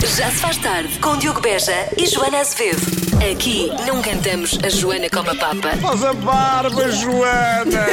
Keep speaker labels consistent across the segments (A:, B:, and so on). A: Já se faz tarde com Diogo Beja e Joana Azevedo. Aqui não cantamos a Joana como a Papa.
B: Faz a barba, Joana!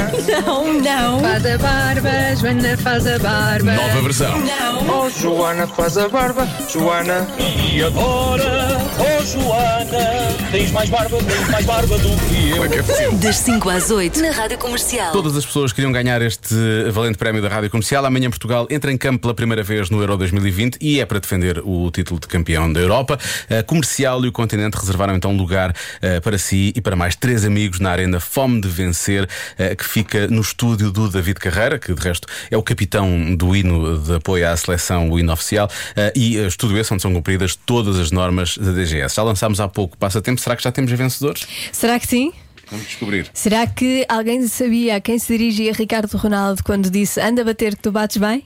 C: Não, não,
D: Faz a barba, Joana faz a barba.
E: Nova versão.
C: não.
B: Oh, Joana, faz a barba, Joana!
F: E agora, oh Joana, tens mais barba, muito mais barba do que eu.
A: Das 5 às 8 na Rádio Comercial.
E: Todas as pessoas queriam ganhar este valente prémio da Rádio Comercial. Amanhã Portugal entra em campo pela primeira vez no Euro 2020 e é para defender o título de campeão da Europa. A Comercial e o Continente reservaram então um lugar eh, para si e para mais três amigos na Arena Fome de Vencer, eh, que fica no estúdio do David Carreira, que de resto é o capitão do hino de apoio à seleção, o hino oficial, eh, e eh, estúdio esse onde são cumpridas todas as normas da DGS. Já lançámos há pouco o passatempo, será que já temos vencedores?
C: Será que sim?
E: Vamos descobrir.
C: Será que alguém sabia a quem se dirigia Ricardo Ronaldo quando disse anda a bater que tu bates bem?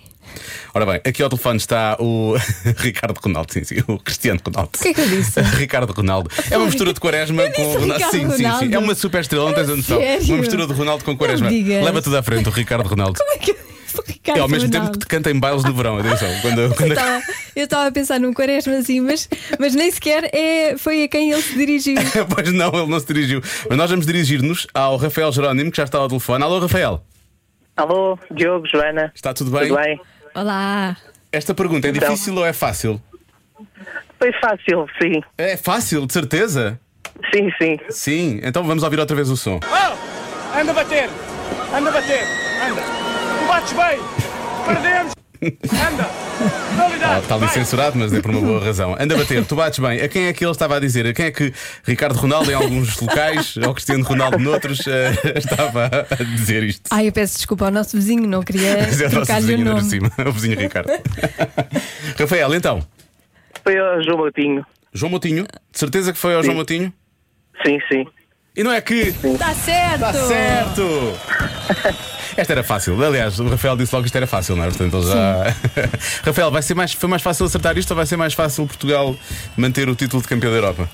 E: Ora bem, aqui ao telefone está o Ricardo Ronaldo, sim, sim, o Cristiano Ronaldo.
C: O que é que eu disse?
E: Ricardo Ronaldo. É uma mistura de quaresma
C: Eu
E: com
C: disse Ricardo
E: Sim, sim, sim.
C: Ronaldo.
E: É uma super estrela, não tens a noção.
C: sério?
E: Uma mistura de Ronaldo com quaresma.
C: Não digas.
E: Leva tudo à frente, o Ricardo Ronaldo.
C: Como é que eu disse Ricardo
E: É ao mesmo tempo
C: Ronaldo? tá
E: que te canta em bailes no verão, atenção. Quando,
C: Eu
E: quando...
C: estava- Eu estava a pensar num quaresma assim, mas, mas nem sequer é, foi a quem ele se dirigiu.
E: Pois não, ele não se dirigiu. Mas nós vamos dirigir-nos ao Rafael Jerónimo, que já está ao telefone. Alô, Rafael,
G: Alô, Diogo, Joana,
E: está tudo bem?
G: tudo bem?
C: Olá!
E: Esta pergunta é
G: Então.
E: difícil ou é fácil?
G: Foi fácil, sim.
E: É fácil, de certeza?
G: Sim, sim.
E: Sim, então vamos ouvir outra vez o som.
F: Oh, anda a bater, anda a bater, anda. Tu bates bem, perdemos, anda.
E: Ah,
F: Qualidade,
E: Está ali
F: vai.
E: censurado, mas é por uma boa razão. Anda a bater, tu bates bem. A quem é que ele estava a dizer? A quem é que Ricardo Ronaldo, em alguns locais, ou Cristiano Ronaldo, noutros, eh, estava a dizer isto?
C: Ai, eu peço desculpa ao nosso vizinho, não queria
E: Mas é o nosso
C: trocar-lhe o
E: vizinho ainda por
C: nome.
E: cima, o vizinho Ricardo. Rafael, então,
G: Foi ao João Moutinho.
E: João Moutinho, de certeza que foi ao João Moutinho?
G: Sim, sim.
E: E não é que.
C: Está Tá certo!
E: Está Tá certo! Esta era fácil. Aliás, o Rafael disse logo que isto era fácil, não é? Portanto, ele já. Rafael, vai ser mais, foi mais fácil acertar isto ou vai ser mais fácil Portugal manter o título de campeão da Europa?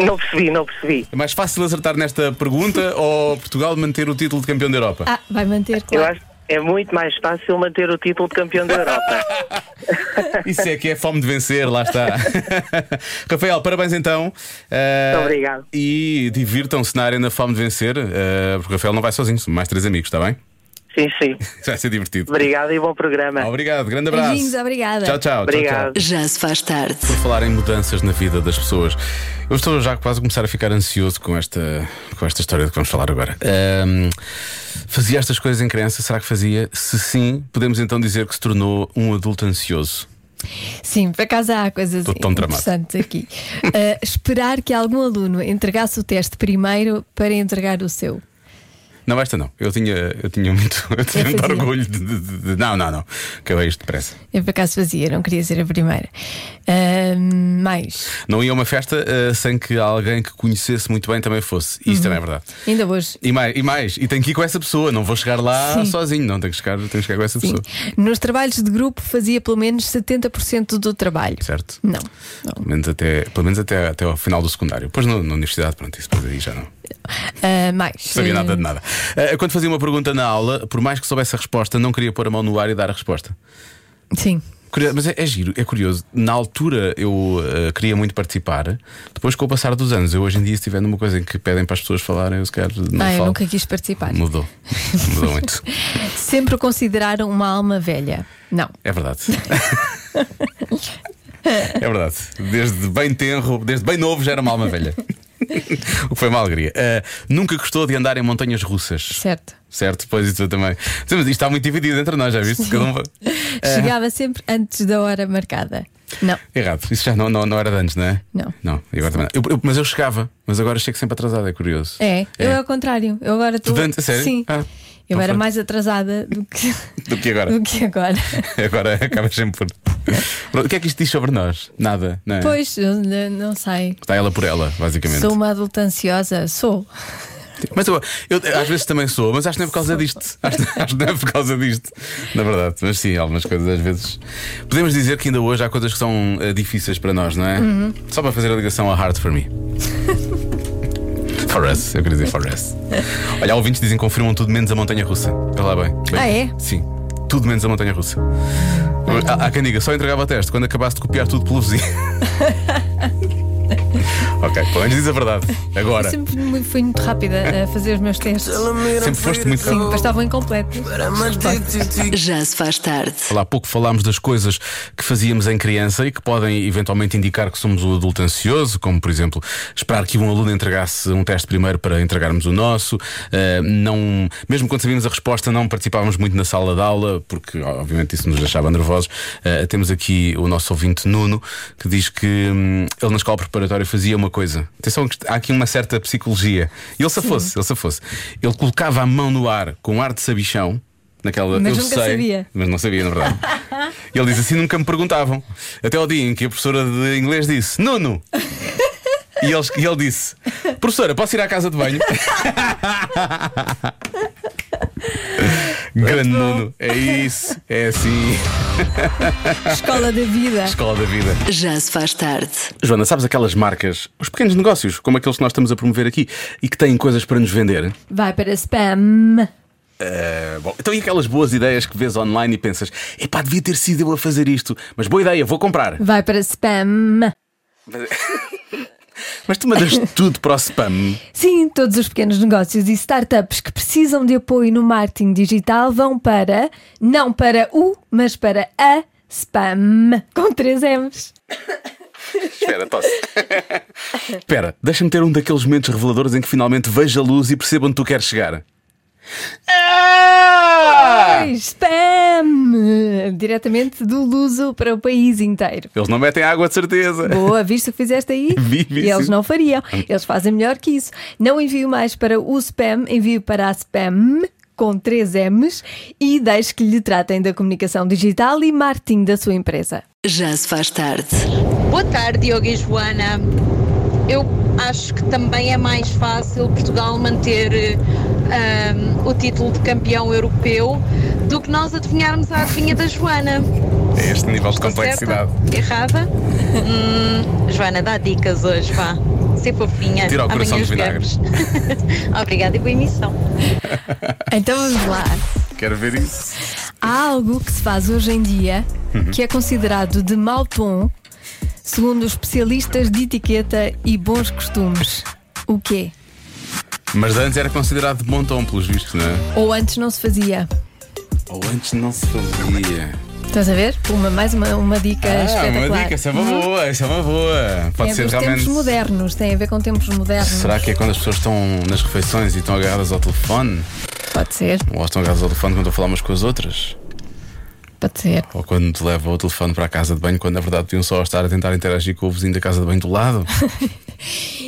G: Não percebi, não percebi.
E: É mais fácil acertar nesta pergunta ou Portugal manter o título de campeão da Europa?
C: Ah, vai manter,
G: Eu
C: claro.
G: acho que é muito mais fácil manter o título de campeão da Europa.
E: Isso é que é fome de vencer, lá está. Rafael, parabéns então. Eh,
G: Muito obrigado.
E: E divirtam-se na arena Fome de Vencer, eh, porque o Rafael não vai sozinho, são mais três amigos, está bem?
G: Sim, sim.
E: Isso vai ser divertido.
G: Obrigado e bom programa.
E: Obrigado, grande abraço.
C: Beijinhos, obrigada.
E: Tchau, tchau. Tchau, tchau.
G: Obrigado.
A: Já se faz tarde.
E: Por falar em mudanças na vida das pessoas, eu estou já quase a começar a ficar ansioso com esta, com esta história de que vamos falar agora. Ahm, fazia estas coisas em criança? Será que fazia? Se sim, podemos então dizer que se tornou um adulto ansioso.
C: Sim, por acaso há coisas
E: Tô tão dramático.
C: interessantes aqui. Ah, esperar que algum aluno entregasse o teste primeiro para entregar o seu.
E: Não, esta não. Eu tinha, eu tinha muito, eu tinha
C: Eu
E: muito
C: fazia.
E: orgulho de, de- de- de- Não, não, não. Acabei isto depressa.
C: Eu por acaso fazia, não queria ser a primeira. Ah, mais.
E: Não ia a uma festa ah, sem que alguém que conhecesse muito bem também fosse. Isto também é
C: Uhum.
E: verdade.
C: Ainda hoje.
E: E mais, e mais, e tenho que ir com essa pessoa, não vou chegar lá
C: Sim.
E: sozinho, não tenho que chegar, tenho que chegar com essa
C: Sim.
E: pessoa.
C: Nos trabalhos de grupo fazia pelo menos 70% do trabalho.
E: Certo?
C: Não, não.
E: Pelo menos até, pelo menos até, até ao final do secundário. Depois no- na universidade, pronto, isso depois aí já não, não
C: Ah, mais.
E: sabia
C: Ah,
E: nada de nada. Ah, quando fazia uma pergunta na aula, por mais que soubesse a resposta, não queria pôr a mão no ar e dar a resposta.
C: Sim.
E: Curio- Mas é, é giro, é curioso. Na altura eu eh, queria muito participar, depois com o passar dos anos, eu hoje em dia, se estiver numa coisa em que pedem para as pessoas falarem, eu se calhar não
C: Ah, eu
E: falo.
C: nunca quis participar.
E: Mudou. Mudou muito.
C: Sempre o consideraram uma alma velha. Não.
E: É verdade. é verdade. Desde bem tenro, desde bem novo já era uma alma velha. o que foi uma alegria. Eh, nunca gostou de andar em montanhas russas.
C: Certo.
E: Certo, pois isso eu também. Sim, mas Isto está muito dividido entre nós, já viste? Cada um... vai-
C: Chegava sempre antes da hora marcada. Não.
E: Errado, isso já não, não, não era de antes, não é?
C: Não.
E: Não, e agora também não. Eu- eu- mas eu chegava, mas agora chego sempre atrasado, é curioso.
C: É, eu é o contrário. Eu agora estou.
E: Tu dantes- a sério?
C: Sim.
E: Ah,
C: eu
E: então
C: era
E: pronto.
C: mais atrasada do que,
E: Do que agora.
C: do que agora.
E: Agora acabas sempre por. Pronto, O que é que isto diz sobre nós? Nada, não é?
C: Pois, eu n- não sei.
E: Está ela por ela, basicamente.
C: Sou uma adulta ansiosa. Sou.
E: Mas eu, eu às vezes também sou, mas acho que não é por causa disto. Acho, acho que não é por causa disto, na verdade. Mas sim, algumas coisas às vezes. Podemos dizer que ainda hoje há coisas que são eh, difíceis para nós, não é? Só para fazer a ligação a Hard for Me. For us, eu queria dizer for us. Olha, ouvintes dizem que confirmam tudo menos a montanha russa. Está lá bem. Bem,
C: Ah, é?
E: Sim, tudo menos a montanha russa. Há, há quem diga, só entregava o teste quando acabaste de copiar tudo pelo vizinho. ok, pelo menos diz a verdade. Agora,
C: Eu sempre mu- fui muito rápida a fazer os meus testes.
E: sempre foste muito
C: Sim, mas estavam incompletos.
A: Já se faz tarde.
E: Há pouco falámos das coisas que fazíamos em criança e que podem eventualmente indicar que somos o adulto ansioso, como por exemplo esperar que um aluno entregasse um teste primeiro para entregarmos o nosso. eh, não, mesmo quando sabíamos a resposta, não participávamos muito na sala de aula, porque obviamente isso nos deixava nervosos. Eh, temos aqui o nosso ouvinte Nuno, que diz que hum, ele na escola preparatória fazia uma coisa. Atenção, que há aqui uma certa psicologia. Ele se fosse, ele se fosse. Ele colocava a mão no ar com ar de sabichão. Naquela,
C: Mas
E: eu
C: nunca
E: sei,
C: sabia.
E: mas não sabia, na verdade. E ele diz assim: nunca me perguntavam. Até ao dia em que a professora de inglês disse: Nuno! E ele, e ele disse: Professora, posso ir à casa de banho? Grande Nuno, é isso, é assim,
C: Escola da vida.
E: escola da vida.
A: Já se faz tarde.
E: Joana, sabes aquelas marcas, os pequenos negócios, como aqueles que nós estamos a promover aqui e que têm coisas para nos vender?
C: Vai para spam.
E: Ah, bom, então e aquelas boas ideias que vês online e pensas: epá, devia ter sido eu a fazer isto, mas boa ideia, vou comprar.
C: Vai para spam.
E: Mas tu mandas tudo para o spam.
C: Sim, todos os pequenos negócios e startups que precisam de apoio no marketing digital vão para, não para o, mas para a spam. Com três M's.
E: Espera, tosse. Espera, deixa-me ter um daqueles momentos reveladores em que finalmente vejo a luz e percebo onde tu queres chegar. Ah!
C: Ai, spam! Diretamente do Luso para o país inteiro.
E: Eles não metem água, de certeza.
C: Boa, viste o que fizeste aí?
E: Vi, vi,
C: E eles
E: sim.
C: não fariam. Eles fazem melhor que isso. Não envio mais para o spam, envio para a spam com três M's e deixo que lhe tratem da comunicação digital e marketing da sua empresa.
A: Já se faz tarde.
H: Boa tarde, Diogo e Joana. Eu acho que também é mais fácil Portugal manter eh, ahm, o título de campeão europeu do que nós adivinharmos a adivinha da Joana.
E: É este nível de
H: Estou
E: complexidade.
H: certa? Errada? Hum, Joana, dá dicas hoje, vá. Ser fofinha.
E: Tira o coração
H: Amanhã
E: dos vinagres.
H: vemos. Obrigada e boa emissão.
C: Então vamos lá.
E: Quero ver isso.
C: Há algo que se faz hoje em dia
E: Uhum.
C: que é considerado de mau tom, segundo os especialistas de etiqueta e bons costumes. O quê?
E: Mas antes era considerado de bom tom, pelos vistos, não é?
C: Ou antes não se fazia?
E: Ou antes não se fazia.
C: Estás a ver? Uma, mais uma, uma dica
E: Ah,
C: espetacular. Uhum.
E: uma dica, essa é uma boa, essa é uma boa. Pode
C: é
E: ser
C: dos
E: realmente.
C: tempos modernos, tem a ver com tempos modernos.
E: Será que é quando as pessoas estão nas refeições e estão agarradas ao telefone?
C: Pode ser,
E: Ou estão agarradas ao telefone quando estão a falar umas com as outras?
C: pode ser.
E: Ou quando te leva o telefone para a casa de banho, quando na verdade deviam só estar a tentar interagir com o vizinho da casa de banho do lado.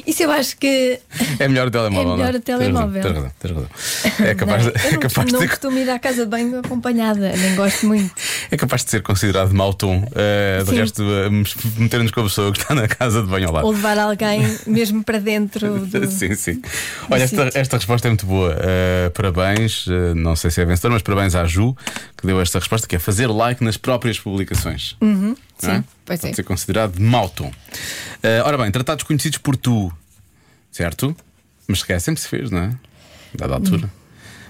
C: Isso eu acho que.
E: É melhor o telemóvel.
C: É melhor
E: não
C: o telemóvel.
E: Tens razão, tens razão. tens razão. É capaz,
C: não,
E: de,
C: eu
E: é,
C: não,
E: capaz
C: não
E: de,
C: costumo ir à casa de banho acompanhada, nem gosto muito.
E: é capaz de ser considerado mau tom. eh, de
C: Sim.
E: resto, eh, mes- meter-nos com a pessoa que está na casa de banho ao lado.
C: Ou levar alguém mesmo para dentro do.
E: Sim, sim. Olha, esta,
C: sítio.
E: esta resposta é muito boa. Eh, parabéns, eh, não sei se é vencedor, mas parabéns à Ju que deu esta resposta, que é fazer like nas próprias publicações. Uhum,
C: sim, pois
E: Pode
C: é.
E: ser considerado de mau tom. Eh, ora bem, tratados conhecidos por tu, certo? Mas se calhar sempre se fez, não é? Dada a
C: Hum.
E: altura.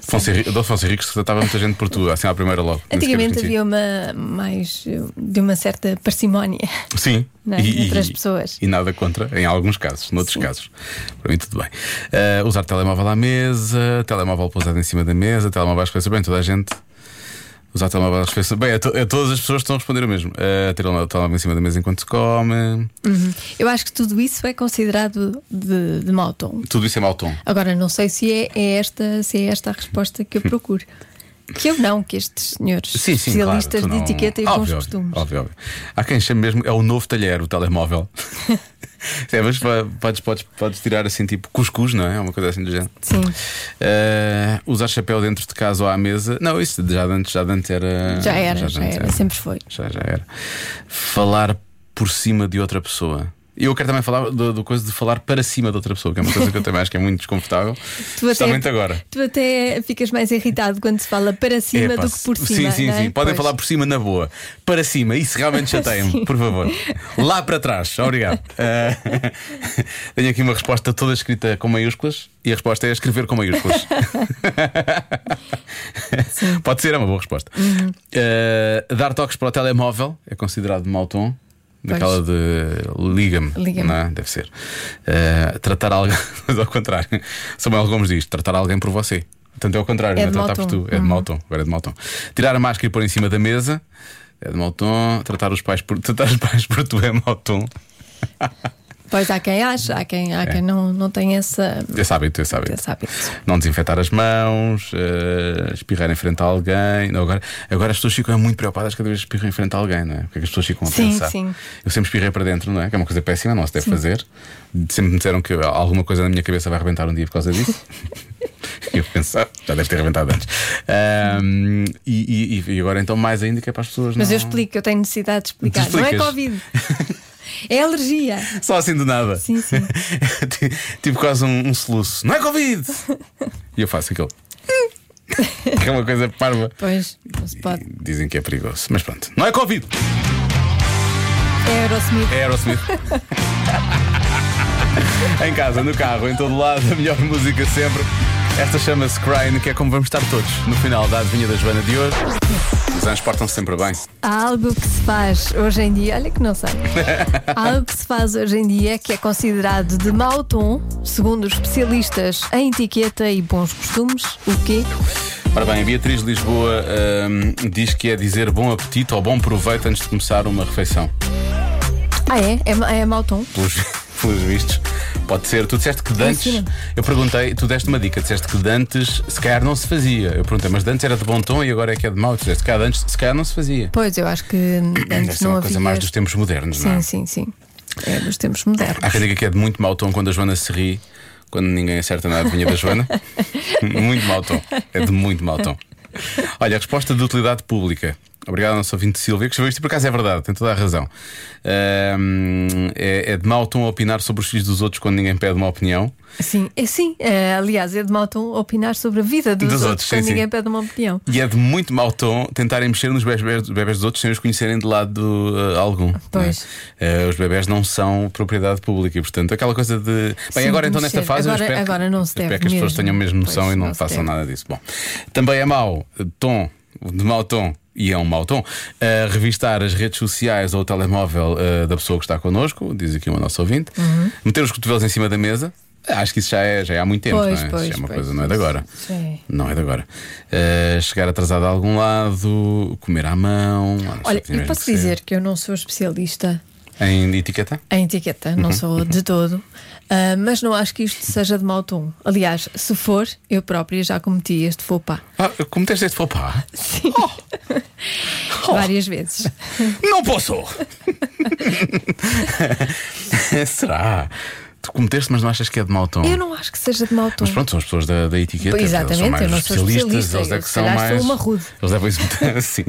E: Afonso Henri- Adolfo Afonso Henriques tratava muita gente por tu, assim à primeira logo. nem sequer
C: Antigamente
E: os
C: havia uma mais eh, de uma certa parcimónia.
E: conhecia. Sim,
C: não é? Outras pessoas.
E: E nada contra, em alguns casos, noutros casos. Para mim, tudo bem. Eh, usar telemóvel à mesa, telemóvel pousado em cima da mesa, telemóvel às refeições. Bem, toda a gente. Usar telemóvel às refeições. Bem, a, to- a todas as pessoas estão a responder o mesmo. Eh, ter o telemóvel em cima da mesa enquanto se come.
C: Eu acho que tudo isso é considerado de, de mau tom.
E: Tudo isso é mau tom.
C: Agora não sei se é, é esta, se é esta a resposta que eu procuro. Que eu não, que estes senhores
E: Hum. Sim, sim, claro,
C: especialistas
E: tu não-
C: de etiqueta e
E: Óbvio,
C: bons
E: óbvio,
C: costumes.
E: Óbvio, óbvio. Há quem chame mesmo, é o novo talher, o telemóvel. é, mas pa- podes, podes, podes tirar assim, tipo cuscuz, não é? É uma coisa assim do género.
C: Sim.
E: Eh, usar chapéu dentro de casa ou à mesa. Não, isso já de antes, já de antes era.
C: Já era,
E: de
C: já
E: antes
C: era, sempre foi.
E: Já, já era. Falar por cima de outra pessoa. E eu quero também falar do, do coisa de falar para cima da outra pessoa, que é uma coisa que eu também acho que é muito desconfortável.
C: Tu
E: Especialmente agora.
C: Tu até ficas mais irritado quando se fala para cima
E: Epá,
C: do que por
E: sim,
C: cima.
E: Sim,
C: não é?
E: sim. Podem
C: Pois.
E: falar por cima na boa. Para cima, isso realmente chateia-me, por favor. Lá para trás, obrigado. Ah, tenho aqui uma resposta toda escrita com maiúsculas e a resposta é escrever com maiúsculas. Pode ser, é uma boa resposta.
C: Uhum.
E: Ah, dar toques para o telemóvel é considerado mau tom. Daquela de liga-me.
C: Liga-me.
E: não é? Deve ser. Ah, tratar alguém. Mas ao contrário. Samuel Gomes diz: tratar alguém por você. Portanto, é ao contrário,
C: É
E: não
C: de mau
E: tratar por
C: tom.
E: tu. É de mau tom, agora é de mau tom. Tirar a máscara e pôr em cima da mesa é de mau tom. Tratar os pais por, tratar os pais por tu é mau tom.
C: Pois há quem acha, há quem,
E: É.
C: há quem não, não tem essa,
E: Esse hábito, esse hábito.
C: esse hábito.
E: Não desinfetar as mãos, eh, espirrar em frente a alguém. Não, agora, agora as pessoas ficam muito preocupadas cada vez que espirram em frente a alguém, não é? O que é que as pessoas ficam a
C: Sim,
E: pensar?
C: sim.
E: Eu sempre espirrei para dentro, não é? Que é uma coisa péssima, não se deve fazer. Sempre me disseram que alguma coisa na minha cabeça vai arrebentar um dia por causa disso. Eu pensava, já deve ter arrebentado antes. Ahm, e, e- e agora então mais ainda que é para as pessoas.
C: Mas
E: não...
C: eu explico, eu tenho necessidade de explicar.
E: Tu
C: Não é
E: explicas.
C: Covid. É alergia.
E: Só assim do nada.
C: Sim, sim.
E: Ti- tipo quase um, um soluço. Não é Covid! e eu faço aquele. que é uma coisa parva.
C: Pois, não se pode.
E: E Dizem que é perigoso. Mas pronto. Não é Covid!
C: É Aerosmith.
E: É Aerosmith. em casa, no carro, em todo lado, a melhor música sempre. Esta chama-se Crying, que é como vamos estar todos no final da adivinha da Joana de hoje. Os anjos portam-se sempre bem.
C: Há algo que se faz hoje em dia, olha que não sei. Há algo que se faz hoje em dia que é considerado de mau tom, segundo os especialistas em etiqueta e bons costumes. O quê?
E: Ora bem, a Beatriz de Lisboa hum, diz que é dizer bom apetite ou bom proveito antes de começar uma refeição.
C: Ah, é? É, ma- é mau tom?
E: pelos, pelos vistos. Pode ser, tu disseste que dantes.
C: Ensina.
E: Eu perguntei, tu deste uma dica, disseste que dantes se calhar não se fazia. Eu perguntei, mas dantes era de bom tom e agora é que é de mau. Tu disseste que ah, dantes se calhar não se fazia.
C: Pois, eu acho que
E: Deve
C: antes
E: ser
C: não
E: uma
C: havia.
E: coisa mais dos tempos modernos, não é?
C: Sim, sim, sim. É dos tempos modernos.
E: Há quem diga que é de muito mau tom quando a Joana se ri, quando ninguém acerta na adivinha da Joana. muito mau tom. É de muito mau tom. Olha, a resposta de utilidade pública. Obrigado ao nosso ouvinte Silvia, que escreveu isto e por acaso é verdade, tem toda a razão. Ahm, é, é de mau tom opinar sobre os filhos dos outros quando ninguém pede uma opinião.
C: Sim, é sim. É, aliás, é de mau tom opinar sobre a vida dos,
E: Dos
C: outros,
E: outros, sim,
C: quando
E: sim.
C: ninguém pede uma opinião.
E: E é de muito mau tom tentarem mexer nos bebés, bebés dos outros sem os conhecerem de lado eh, algum.
C: Pois.
E: não é? Eh, os bebés não são propriedade pública e, portanto, aquela coisa de. Bem,
C: Sim,
E: agora
C: de
E: então nesta
C: mexer.
E: fase. eu
C: Agora-
E: espero, que-
C: agora não se
E: espero
C: deve
E: que as pessoas
C: mesmo.
E: tenham mesmo noção
C: Pois,
E: e não,
C: não se
E: façam
C: deve.
E: nada disso. Bom, também é mau eh, tom, de mau tom. E é um mau tom. eh, revistar as redes sociais ou o telemóvel eh, da pessoa que está connosco, diz aqui uma nossa ouvinte.
C: Uhum.
E: Meter os cotovelos em cima da mesa. Acho que isso já é, já é há muito tempo,
C: Pois,
E: não é?
C: pois,
E: já é uma
C: pois,
E: coisa, não é de
C: pois.
E: agora.
C: Isso é.
E: Não é de agora. Uh, chegar atrasado a algum lado, comer à mão. Ah, não
C: Olha,
E: sei, tinha
C: eu posso
E: mesmo que ser.
C: dizer que eu não sou especialista
E: Em etiqueta?
C: em etiqueta,
E: Uhum.
C: não sou de todo, ah, mas não acho que isto seja de mau tom. Aliás, se for, eu própria já cometi este faux pas
E: Ah, cometeste este fopá? Oh!
C: várias vezes.
E: Não posso! Será? Tu cometeste, mas não achas que é de mau tom?
C: Eu não acho que seja de mau tom.
E: Mas pronto, são as pessoas da, da etiqueta. eles
C: Pois,
E: são
C: exatamente,
E: mais
C: eu não sou especialista,
E: Eles é
C: eu
E: que
C: se
E: são
C: calhar sou
E: mais.
C: uma rude.
E: Eles devem se meter assim.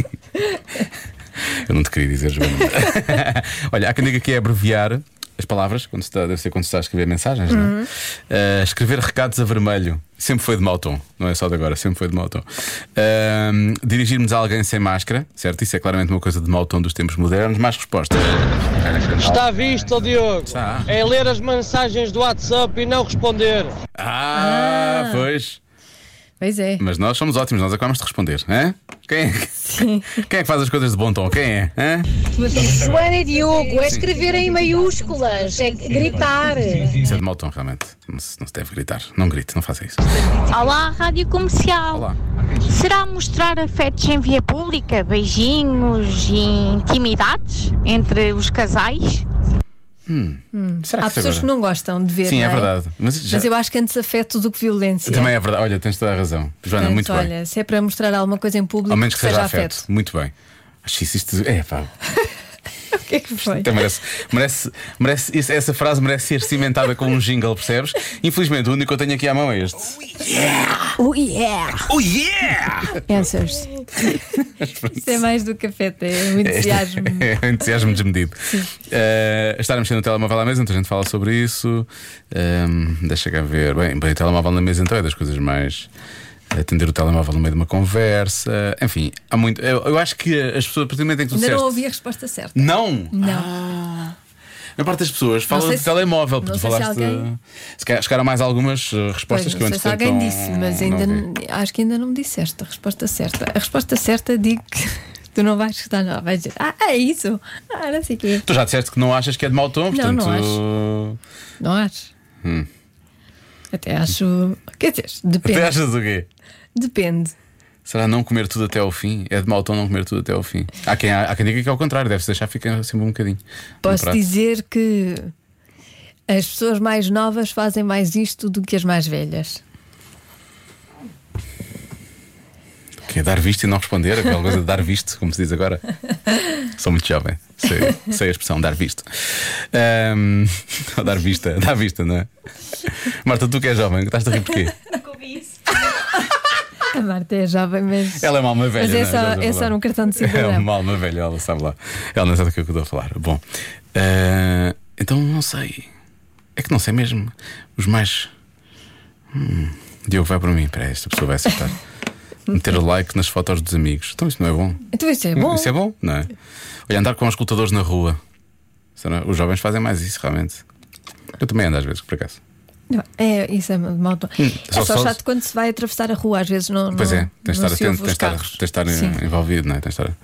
E: Eu não te queria dizer, Joana. Olha, há quem diga que é abreviar as palavras, quando se está, deve ser quando se está a escrever mensagens,
C: Uhum.
E: não é? Ah, escrever recados a vermelho. Sempre foi de mau tom, não é só de agora, sempre foi de mau tom. Ahm, Dirigirmos a alguém sem máscara, certo? Isso é claramente uma coisa de mau tom dos tempos modernos. Mais respostas.
I: Está visto, ó Diogo?
E: Está.
I: É ler as mensagens do WhatsApp e não responder.
E: Ah, pois.
C: Pois é.
E: Mas nós somos ótimos, nós acabamos de responder. Hã? Quem, é que- quem é que faz as coisas de bom tom? Quem é? Hã?
J: Joana e Diogo, é escrever em maiúsculas, é gritar.
E: Isso é de mau tom, realmente. Não se, não se deve gritar. Não grite, não faça isso.
J: Olá, Rádio Comercial.
E: Olá.
J: Será mostrar afetos em via pública, beijinhos e intimidades entre os casais?
E: Será
C: Há
E: que isso
C: pessoas que
E: agora-
C: não gostam de ver.
E: Sim,
C: não
E: é verdade. Mas, já-
C: Mas eu acho que antes afeto do que violência.
E: também é verdade. Olha, tens toda a razão. Joana,
C: Portanto,
E: muito
C: olha,
E: bem.
C: se é para mostrar alguma coisa em público,
E: Ao menos que seja afeto.
C: afeto.
E: Muito bem. Acho isso isto. É, pá.
C: que é que foi?
E: Até merece, merece, merece, isso- essa frase merece ser cimentada com um jingle, percebes? Infelizmente, o único que eu tenho aqui à mão é este.
C: Oh yeah!
E: Oh yeah!
C: Answers. Isso é mais do café, é um entusiasmo.
E: É um entusiasmo desmedido. Eh, estar a mexer no telemóvel à mesa, então a gente fala sobre isso. Ahm, deixa cá ver. Bem, bem, o telemóvel na mesa então é das coisas mais. eh, Atender o telemóvel no meio de uma conversa. Enfim, há muito. Eu, eu acho que as pessoas, a partir do momento em que tu
C: Ainda não
E: disseste.
C: ouvi a resposta certa.
E: Não!
C: Não.
E: A maior parte das pessoas fala
C: sei
E: de
C: se-
E: telemóvel, porque
C: não
E: tu
C: sei se
E: falaste.
C: alguém-
E: Se calhar chegaram mais algumas eh,
C: Pois,
E: respostas
C: não
E: que eu
C: sei se
E: entretanto,
C: alguém
E: não-
C: disse, mas
E: não
C: ainda
E: vi.
C: não- acho que ainda não me disseste a resposta certa. A resposta certa digo que tu não vais escutar, não. Vais dizer, ah, é isso. Ah, não sei o quê.
E: Tu já disseste que não achas que é de mau tom,
C: Não, não
E: portanto.
C: Não acho.
E: Hum.
C: Até acho. Quer dizer,
E: Até
C: depende.
E: achas o quê?
C: Depende.
E: Será não comer tudo até ao fim? É de mau tom não comer tudo até ao fim. Há quem, há quem diga que é ao contrário, deve-se deixar ficar sempre um bocadinho. no
C: Posso
E: prato.
C: dizer que as pessoas mais novas fazem mais isto do que as mais velhas.
E: Que é dar visto e não responder, aquela coisa de dar visto, como se diz agora. Sou muito jovem, sei, sei a expressão, dar visto. Ahm, ou dar vista, dar vista, não é? Marta, tu que és jovem, estás a rir porquê?
C: A Marta é jovem, mas.
E: Ela é uma alma velha.
C: Mas é
E: não Já
C: só,
E: estou a
C: é
E: falar.
C: só num cartão de
E: É
C: cidadão.
E: uma alma velha, ela sabe lá. Ela não sabe do que é que eu estou a falar. Bom, eh, então não sei. É que não sei mesmo. Os mais. Hum, Diogo vai para mim. Espera, aí, esta pessoa vai acertar. Meter like nas fotos dos amigos. Então isso não é bom.
C: Então isso é bom.
E: Isso é bom, não é? Olha, andar com os escutadores na rua. Será? Os jovens fazem mais isso, realmente. Eu também ando às vezes, por acaso.
C: Não, é, isso é mal tom.
E: Hum, só-
C: é só
E: só-
C: chato quando se vai atravessar a rua, às vezes não.
E: Pois é,
C: não,
E: tens de
C: não
E: estar
C: se
E: atento, tens
C: ouve
E: de
C: os
E: estar,
C: carros.
E: tens de estar eh,
C: Sim.
E: envolvido, não é? Tens de estar.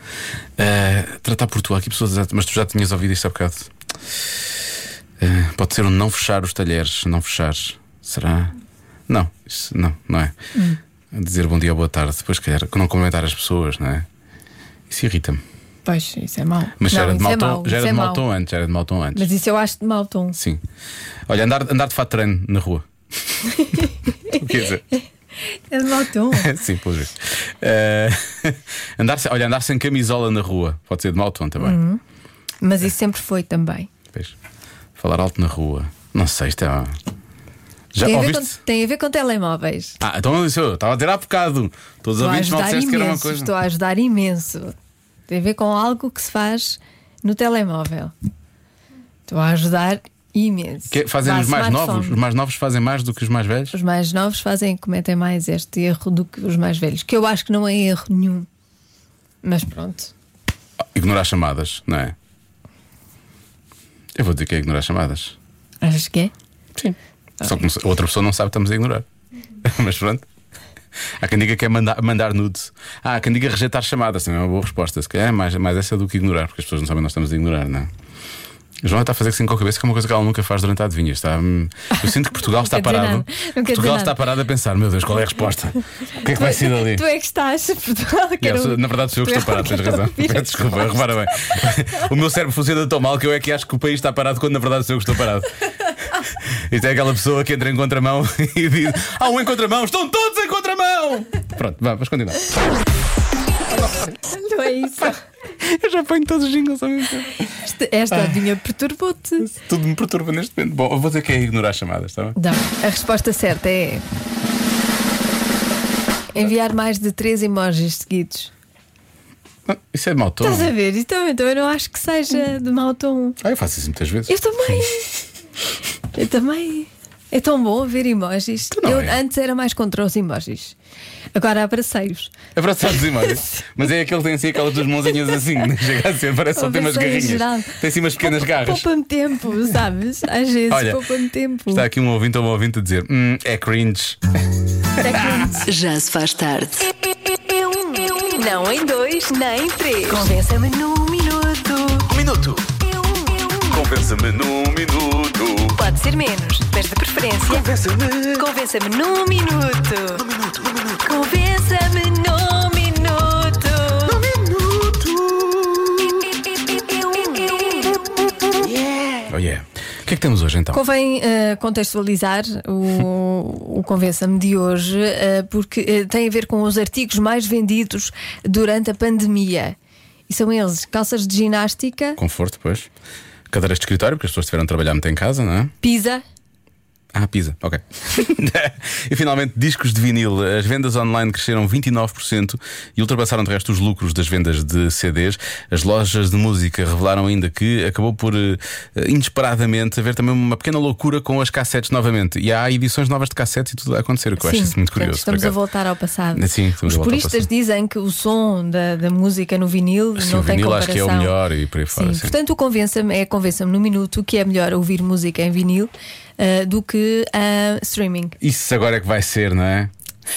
E: Eh, tratar por tu, há aqui pessoas, exato, mas tu já tinhas ouvido isto há bocado. Eh, pode ser um não fechar os talheres, não fechar. Será? Não, isso não, não é.
C: Hum.
E: Dizer bom dia ou boa tarde, depois, se calhar, não comentar as pessoas, não é? Isso irrita-me.
C: Pois, isso é mau.
E: Mas já
C: Não,
E: era de
C: isso
E: mau
C: é
E: tom
C: mau,
E: já
C: isso
E: era
C: é
E: de mau
C: mau.
E: tom antes, já era de mau tom antes.
C: Mas isso eu acho de mau tom.
E: Sim. Olha, andar, andar de fato de treino na rua. Quer dizer.
C: É de mau tom.
E: Sim, pelo jeito. Eh, andar, sem- olha, andar sem camisola na rua pode ser de mau tom também.
C: Hum. Mas isso sempre foi também.
E: Pois. Falar alto na rua. Não sei, isto é. uma- Já
C: Tem a, ver
E: ouviste?
C: com, tem a ver com telemóveis.
E: Ah, então não disse eu, estava a dizer há bocado. Todos os
C: Estou a
E: ouvintes mal
C: ajudar
E: disseste que era uma
C: imenso.
E: coisa.
C: Estou a ajudar imenso. Tem a ver com algo que se faz no telemóvel. Estou a ajudar imenso.
E: Que- é fazem
C: Vá,
E: os mais
C: smartphone.
E: novos? Os mais novos fazem mais do que os mais velhos?
C: Os mais novos fazem, cometem mais este erro do que os mais velhos, que eu acho que não é erro nenhum. Mas pronto.
E: Ignorar chamadas, não é? Eu vou dizer que é ignorar chamadas.
C: Achas que é?
E: Só que não sei- outra pessoa não sabe, estamos a ignorar. Mas pronto. Há quem diga que é mandar, mandar nude. Ah, há quem diga rejeitar chamadas, também é uma boa resposta. Se calhar é mais, mais essa do que ignorar, porque as pessoas não sabem que nós estamos a ignorar, não é? A Joana está a fazer assim com a cabeça, que é uma coisa que ela nunca faz durante a adivinha. Está, hum, eu sinto que Portugal está
C: Não quer dizer
E: parado.
C: nada. Não quer dizer
E: Portugal está
C: nada.
E: parado a pensar: meu Deus, qual é a resposta? O que é que vai ser dali?
C: Tu é que um estás, Portugal.
E: E eu
C: quero-
E: sou- na verdade sou eu que
C: tu
E: estou parado,
C: é
E: tens razão.
C: quero ouvir.
E: Peço Desculpa, repara bem. O meu cérebro funciona tão mal que eu é que acho que o país está parado quando na verdade sou eu que estou parado. Isto é aquela pessoa que entra em contramão e diz: Há um em contramão, estão todos em contramão! Pronto, vá, vamos continuar.
C: Não é isso.
E: Eu já ponho todos os jingles ao mesmo tempo. Ah.
C: Este- Esta odinha perturbou-te.
E: Tudo me perturba neste momento. Bom, eu vou dizer que é ignorar chamadas, está bem?
C: Não, a resposta certa é. Enviar mais de três emojis seguidos.
E: Não, isso é mau tom.
C: Estás a ver? Então, então eu não acho que seja de mau tom.
E: Ah, eu faço isso muitas vezes.
C: Eu também. Eu também. É tão bom ver emojis.
E: não
C: Eu
E: é.
C: antes era mais contra os emojis. Agora abracei-os.
E: Abraçados e mais. Mas é aquele que tem assim aquelas duas mãozinhas assim, não chega a ser, parece que só tem umas
C: Abracei em
E: garrinhas.
C: é geral.
E: Tem assim umas pequenas garras.
C: Poupa-me tempo, sabes? Às vezes
E: Olha,
C: poupa-me tempo.
E: Está aqui um ouvinte ou uma ouvinte a dizer: "Hum, é cringe.
C: Está quente.
A: Já se faz tarde. É um, é um. Não em dois, nem em três. Convença-me num minuto.
E: Um minuto.
A: É um, é
E: Convença-me num minuto.
A: um. Pode ser menos, mas de preferência. Convença-me. Convença-me num minuto. Num minuto, num minuto. Convença-me num minuto. Num minuto.
E: Oh yeah. O que é que temos hoje então?
C: Convém eh, contextualizar o, o Convença-me de hoje, eh, porque eh, tem a ver com os artigos mais vendidos durante a pandemia. E são eles calças de ginástica,
E: Conforto, pois. Cadeiras de escritório, porque as pessoas tiveram de trabalhar muito em casa, não é?
C: pizza.
E: Ah, pisa, ok. e finalmente, discos de vinil. As vendas online cresceram 29% e ultrapassaram de resto os lucros das vendas de CDs. As lojas de música revelaram ainda que acabou por eh, inesperadamente haver também uma pequena loucura com as cassetes novamente. E há edições novas de cassetes e tudo a acontecer, o que eu acho isso muito
C: portanto,
E: curioso.
C: Estamos
E: por
C: a
E: acaso.
C: voltar ao passado.
E: Sim, estamos
C: Os
E: a voltar ao
C: puristas
E: passado.
C: dizem que o som da, da música no vinil
E: Sim,
C: não
E: o
C: tem
E: vinil acho
C: comparação.
E: que é o melhor e por aí
C: Sim,
E: fora. sim.
C: portanto, o convença-me é convença-me no minuto que é melhor ouvir música em vinil ah, do que ah, streaming.
E: Isso agora é que vai ser, não é?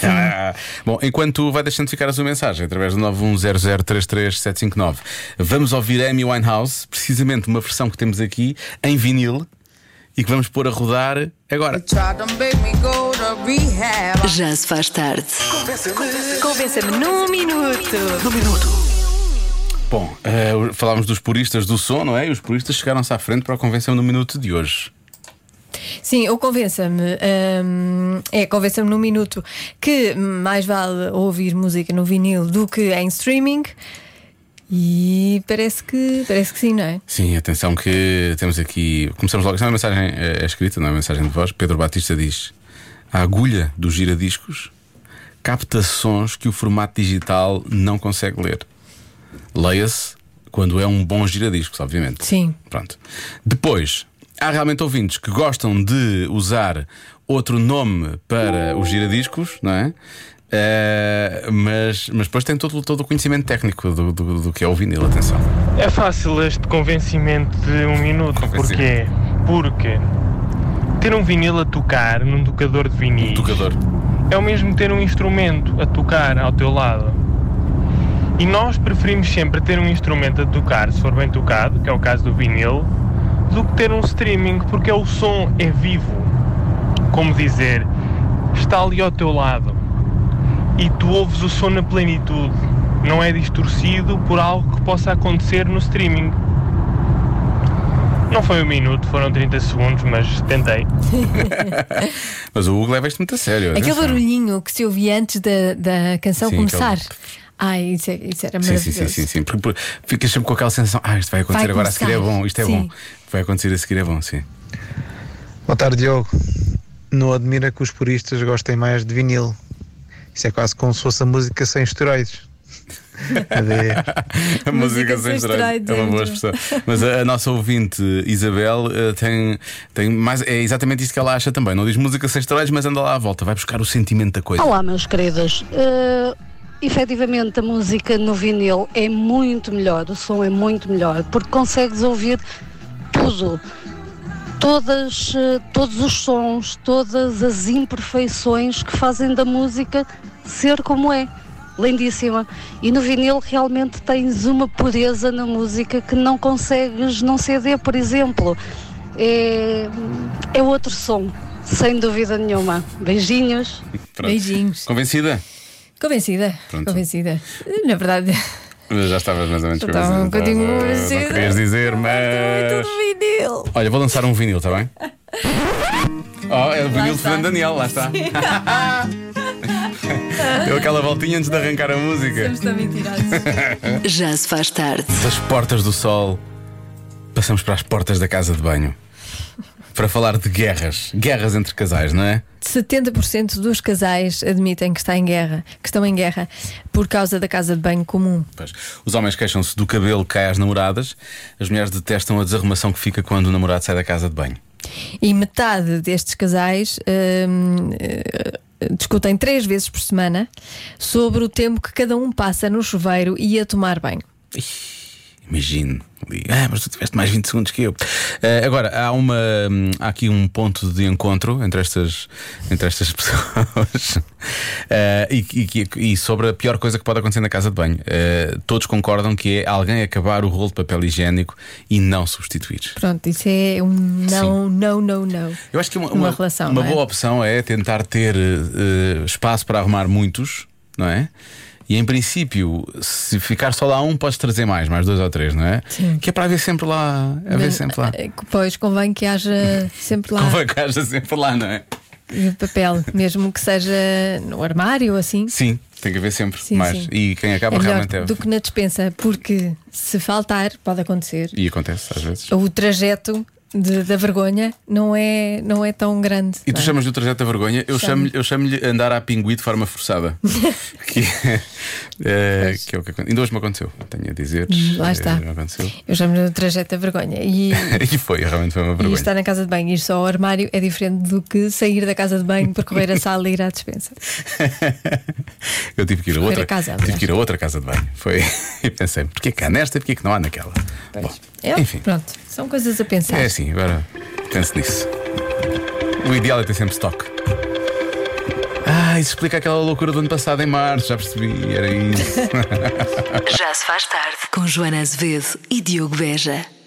E: Ah. Bom, enquanto vai deixando ficar a sua mensagem através do 910033759, vamos ouvir Amy Winehouse, precisamente uma versão que temos aqui em vinil e que vamos pôr a rodar agora.
A: Já se faz tarde. Convença-me num minuto. Num minuto.
E: Bom, eh, falámos dos puristas do som, não é? E os puristas chegaram-se à frente para a convenção no minuto de hoje.
C: Sim, ou convença-me, hum, é, convença-me num minuto que mais vale ouvir música no vinil do que em streaming. E parece que, parece que sim, não é?
E: Sim, atenção que temos aqui. Começamos logo. Isto é uma mensagem eh, escrita, não é uma mensagem de voz. Pedro Batista diz: A agulha do giradiscos capta sons que o formato digital não consegue ler. Leia-se quando é um bom giradiscos, obviamente.
C: Sim.
E: Pronto. Depois, há realmente ouvintes que gostam de usar outro nome para os giradiscos, não é? Eh, mas, mas depois tem todo, todo o conhecimento técnico do, do, do que é o vinil, atenção.
K: É fácil este convencimento de um minuto. Porquê? Porque ter um vinil a tocar num tocador de vinis é o mesmo ter um instrumento a tocar ao teu lado. E nós preferimos sempre ter um instrumento a tocar, se for bem tocado, que é o caso do vinil, do que ter um streaming, porque o som é vivo. Como dizer, está ali ao teu lado e tu ouves o som na plenitude. Não é distorcido por algo que possa acontecer no streaming. Não foi um minuto, foram 30 segundos, mas tentei.
E: Mas o Hugo leva isto muito a sério.
C: Aquele
E: atenção.
C: barulhinho que se ouvia antes da, da canção
E: é? Sim,
C: começar.
E: aquele-
C: Ai, isso, é- isso era
E: Sim,
C: maravilhoso.
E: sim, sim, sim, sim. Porque, porque ficas sempre com aquela sensação: ah, isto vai acontecer
C: Vai
E: agora a seguir é
C: começar.
E: bom, isto é
C: Sim.
E: bom. O que Vai acontecer a seguir é bom, sim.
L: Boa tarde, Diogo. Não admira que os puristas gostem mais de vinil. Isso é quase como se fosse a música sem esteroides. Adeus.
E: A música sem esteroides é uma boa expressão. Mas a, a nossa ouvinte Isabel eh, tem, tem mais. É exatamente isso que ela acha também. Não diz música sem esteroides, mas anda lá à volta, vai buscar o sentimento da coisa.
M: Olá, meus queridos. Eh, efetivamente, a música no vinil é muito melhor, o som é muito melhor, porque consegues ouvir tudo. Todas, eh, todos os sons, todas as imperfeições que fazem da música ser como é. Lindíssima. E no vinil realmente tens uma pureza na música que não consegues num CD, por exemplo. É, é outro som, sem dúvida nenhuma. Beijinhos.
E: Pronto. Convencida?
C: Convencida,
E: Pronto.
C: convencida. Na verdade,
E: Já estavas mais ou menos
C: Eu estava um
E: convencida.
C: bocadinho
E: Não
C: convencida. é
E: querias dizer, mas.
C: vinil.
E: Olha, vou lançar um vinil, está bem? Oh, é o vinil de
C: está.
E: Fernando Daniel, lá está. Deu aquela voltinha antes de arrancar a música.
A: Estamos tão Já se faz tarde.
E: Das portas do sol, passamos para as portas da casa de banho. Para falar de guerras. Guerras entre casais, não é?
C: 70% dos casais admitem que está em guerra, que estão em guerra por causa da casa de banho comum.
E: Pois. Os homens queixam-se do cabelo que cai às namoradas, as mulheres detestam a desarrumação que fica quando o namorado sai da casa de banho.
C: E metade destes casais hum, eh, discutem três vezes por semana sobre o tempo que cada um passa no chuveiro e a tomar banho.
E: Imagino. Ali, Ah, mas tu tiveste mais 20 segundos que eu. Eh, agora, há, uma, hum, há aqui um ponto de encontro entre estas, entre estas pessoas Eh, e, que- e que- e sobre a pior coisa que pode acontecer na casa de banho. Eh, todos concordam que é alguém acabar o rolo de papel higiênico e não substituir.
C: Pronto, isso é um não, não, não, não.
E: Eu acho que uma,
C: Numa relação,
E: uma
C: não é?
E: boa opção é tentar ter eh, eh, espaço para arrumar muitos, não é? E em princípio, se ficar só lá um, podes trazer mais, mais dois ou três, não é? Sim. Que é para haver sempre lá. Haver
C: Mas,
E: sempre lá.
C: eh, Pois convém que
E: Uhum.
C: haja sempre lá
E: Convém que haja sempre lá, não é?
C: papel, mesmo que seja no armário assim.
E: Sim, Tem que haver sempre
C: Sim,
E: mais.
C: sim.
E: E quem acaba
C: é melhor
E: realmente é.
C: do que na dispensa, porque se faltar, pode acontecer,
E: E acontece às vezes.
C: o trajeto de- da vergonha não é, não é tão grande.
E: E tu chamas de o trajeto da vergonha, eu
C: Chamo.
E: chamo-lhe eu chamo-lhe andar à pinguim de forma forçada. que, é, é, que é o que aconteceu. Ainda hoje me aconteceu, tenho a dizer.
C: Hum, Lá
E: Eh,
C: está.
E: Me aconteceu.
C: Eu chamo-lhe o trajeto da vergonha. E,
E: e foi, realmente foi uma
C: e
E: vergonha.
C: estar na casa de banho e ir só ao armário é diferente do que sair da casa de banho, percorrer a sala e ir à dispensa.
E: Eu tive que ir a
C: Escolher
E: outra
C: a casa,
E: tive
C: aliás.
E: que ir a outra casa de banho. Foi. E pensei, porquê que há nesta e porquê que não há naquela? Bom,
C: É,
E: enfim.
C: Pronto, são coisas a pensar.
E: É assim, agora pense nisso. O ideal é ter sempre estoque. Ah, isso explica aquela loucura do ano passado em março, já percebi, era isso.
A: Já se faz tarde com Joana Azevedo e Diogo Beja.